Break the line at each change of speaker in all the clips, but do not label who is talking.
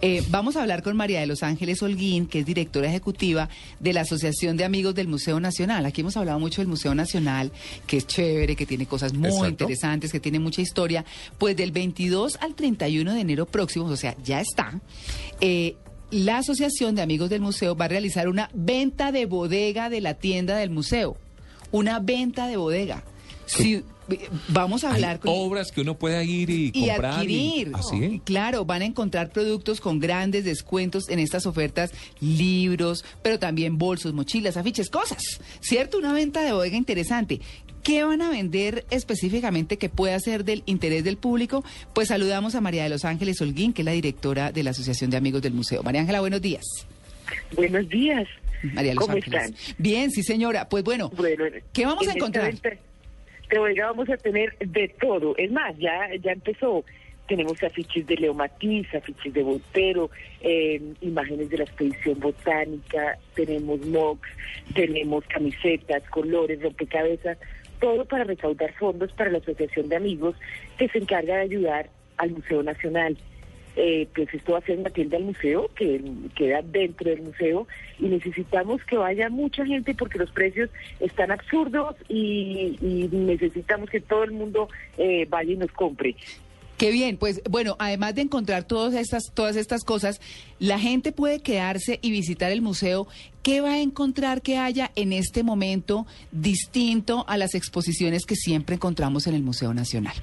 Eh, vamos a hablar con María de los Ángeles Holguín, que es directora ejecutiva de la Asociación de Amigos del Museo Nacional. Aquí hemos hablado mucho del Museo Nacional, que es chévere, que tiene cosas muy
Exacto.
interesantes, que tiene mucha historia. Pues del 22 al 31 de enero próximos, o sea, ya está. eh, la Asociación de Amigos del Museo va a realizar una venta de bodega de la tienda del museo. Una venta de bodega. Si, eh, vamos a
Hay
hablar con...
obras que uno pueda ir y,
y
comprar.
adquirir.
así es.
Claro, van a encontrar productos con grandes descuentos en estas ofertas, libros, pero también bolsos, mochilas, afiches, cosas. ¿Cierto? Una venta de bodega interesante. ¿Qué van a vender específicamente que pueda ser del interés del público? Pues saludamos a María de los Ángeles Holguín, que es la directora de la Asociación de Amigos del Museo. María Ángela, buenos días.
Buenos días.
María de los
¿Cómo
Ángeles.
están?
Bien, sí, señora. Pues bueno,
Bueno,
¿qué vamos
en este
a
esta
encontrar?
venta De bodega vamos a tener de todo. Es más, ya, ya empezó. Tenemos afiches de Leo Matiz, afiches de Voltero, eh, imágenes de la expedición botánica, tenemos mugs, tenemos camisetas, colores, rompecabezas, todo para recaudar fondos para la Asociación de Amigos que se encarga de ayudar al Museo Nacional. Eh, pues esto va a ser una tienda del museo que queda dentro del museo y necesitamos que vaya mucha gente porque los precios están absurdos y, y necesitamos que todo el mundo eh, vaya y nos compre.
Qué bien, pues bueno, además de encontrar todas estas, todas estas cosas, la gente puede quedarse y visitar el museo. ¿Qué va a encontrar que haya en este momento distinto a las exposiciones que siempre encontramos en el Museo Nacional?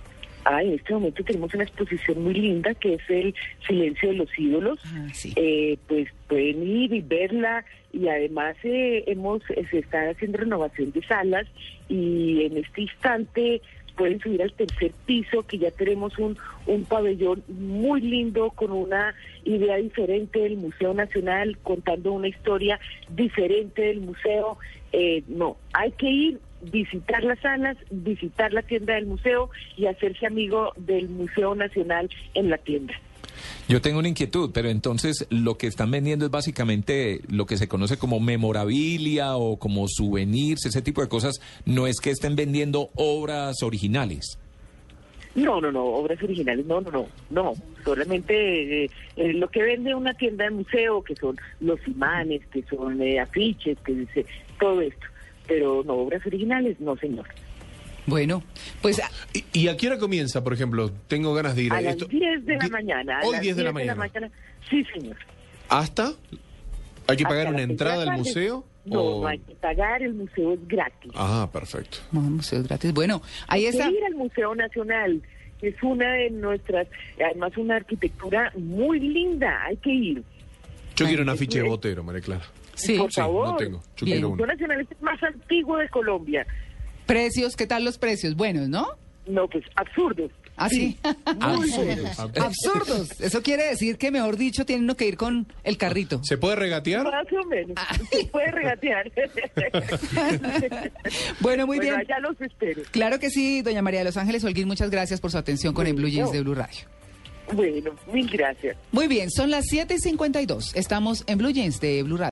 Ah, en este momento tenemos una exposición muy linda que es el Silencio de los Ídolos.
Ah, sí.
Eh, pues pueden ir y verla y además eh, hemos eh, se está haciendo renovación de salas y en este instante pueden subir al tercer piso que ya tenemos un, un pabellón muy lindo con una idea diferente del Museo Nacional contando una historia diferente del museo Eh, no hay que ir visitar las salas visitar la tienda del museo y hacerse amigo del Museo Nacional en la tienda
Yo tengo una inquietud, pero entonces lo que están vendiendo es básicamente lo que se conoce como memorabilia o como souvenirs, ese tipo de cosas. No es que estén vendiendo obras originales.
No, no, no, obras originales, no, no, no, no. Solamente eh, eh, lo que vende una tienda de museo, que son los imanes, que son eh, afiches, que dice todo esto. Pero no, obras originales, no, señor.
Bueno, pues a-
¿Y, y a qué hora comienza, por ejemplo? Tengo ganas de ir
A las
esto-
10 de la
di-
mañana. a
Hoy
las
10 de la mañana.
Sí, señor.
¿Hasta? ¿Hay que
Hasta
pagar
las
una
seis de
entrada
la
al
tarde.
museo?
No,
o-
no hay que pagar, el museo es gratis.
Ah, perfecto.
no, museos gratis. Bueno, ahí está.
que ir al Museo Nacional, que es una de nuestras, además una arquitectura muy linda, hay que ir.
Yo quiero un afiche de botero, María Clara.
Sí.
Por
Sí, no
favor.
tengo. Yo
Bien.
El
quiero
Museo
uno.
Nacional es el más antiguo de Colombia.
Precios, ¿qué tal los precios? Buenos, ¿no?
No, pues absurdo.
Ah, sí.
Muy
Absurdo.
bueno.
Ab-
Absurdos. Eso quiere decir que, mejor dicho, tienen uno que ir con el carrito.
¿Se puede regatear?
Más o menos.
Ah.
Se puede regatear.
Bueno, muy bien.
Bueno, allá los espero.
Claro que sí, doña María de los Ángeles Holguín, muchas gracias por su atención con En Blue Jeans de Blue Radio.
Bueno, mil gracias.
Muy bien, son las 7.52. Estamos en Blue Jeans de Blue Radio.